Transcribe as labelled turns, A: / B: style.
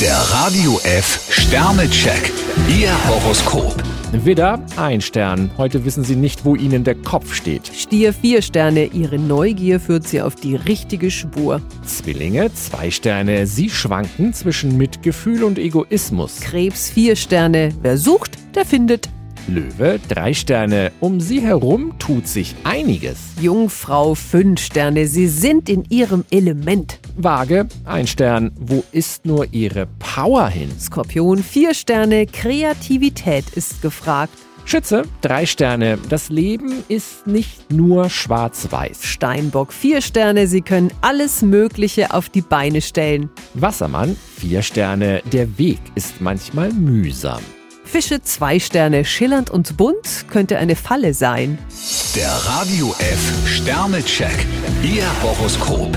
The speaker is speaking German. A: Der Radio F Sternecheck. Ihr Horoskop.
B: Widder, ein Stern. Heute wissen Sie nicht, wo Ihnen der Kopf steht.
C: Stier vier Sterne, Ihre Neugier führt Sie auf die richtige Spur.
B: Zwillinge, zwei Sterne. Sie schwanken zwischen Mitgefühl und Egoismus.
C: Krebs vier Sterne, wer sucht, der findet.
B: Löwe, drei Sterne. Um Sie herum tut sich einiges.
C: Jungfrau fünf Sterne, Sie sind in Ihrem Element.
B: Waage, ein Stern. Wo ist nur Ihre Power hin?
C: Skorpion vier Sterne, Kreativität ist gefragt.
B: Schütze, drei Sterne. Das Leben ist nicht nur schwarz-weiß.
C: Steinbock vier Sterne, Sie können alles Mögliche auf die Beine stellen.
B: Wassermann, vier Sterne. Der Weg ist manchmal mühsam.
C: Fische zwei Sterne, schillernd und bunt könnte eine Falle sein.
A: Der Radio F Sternecheck. Ihr Horoskop.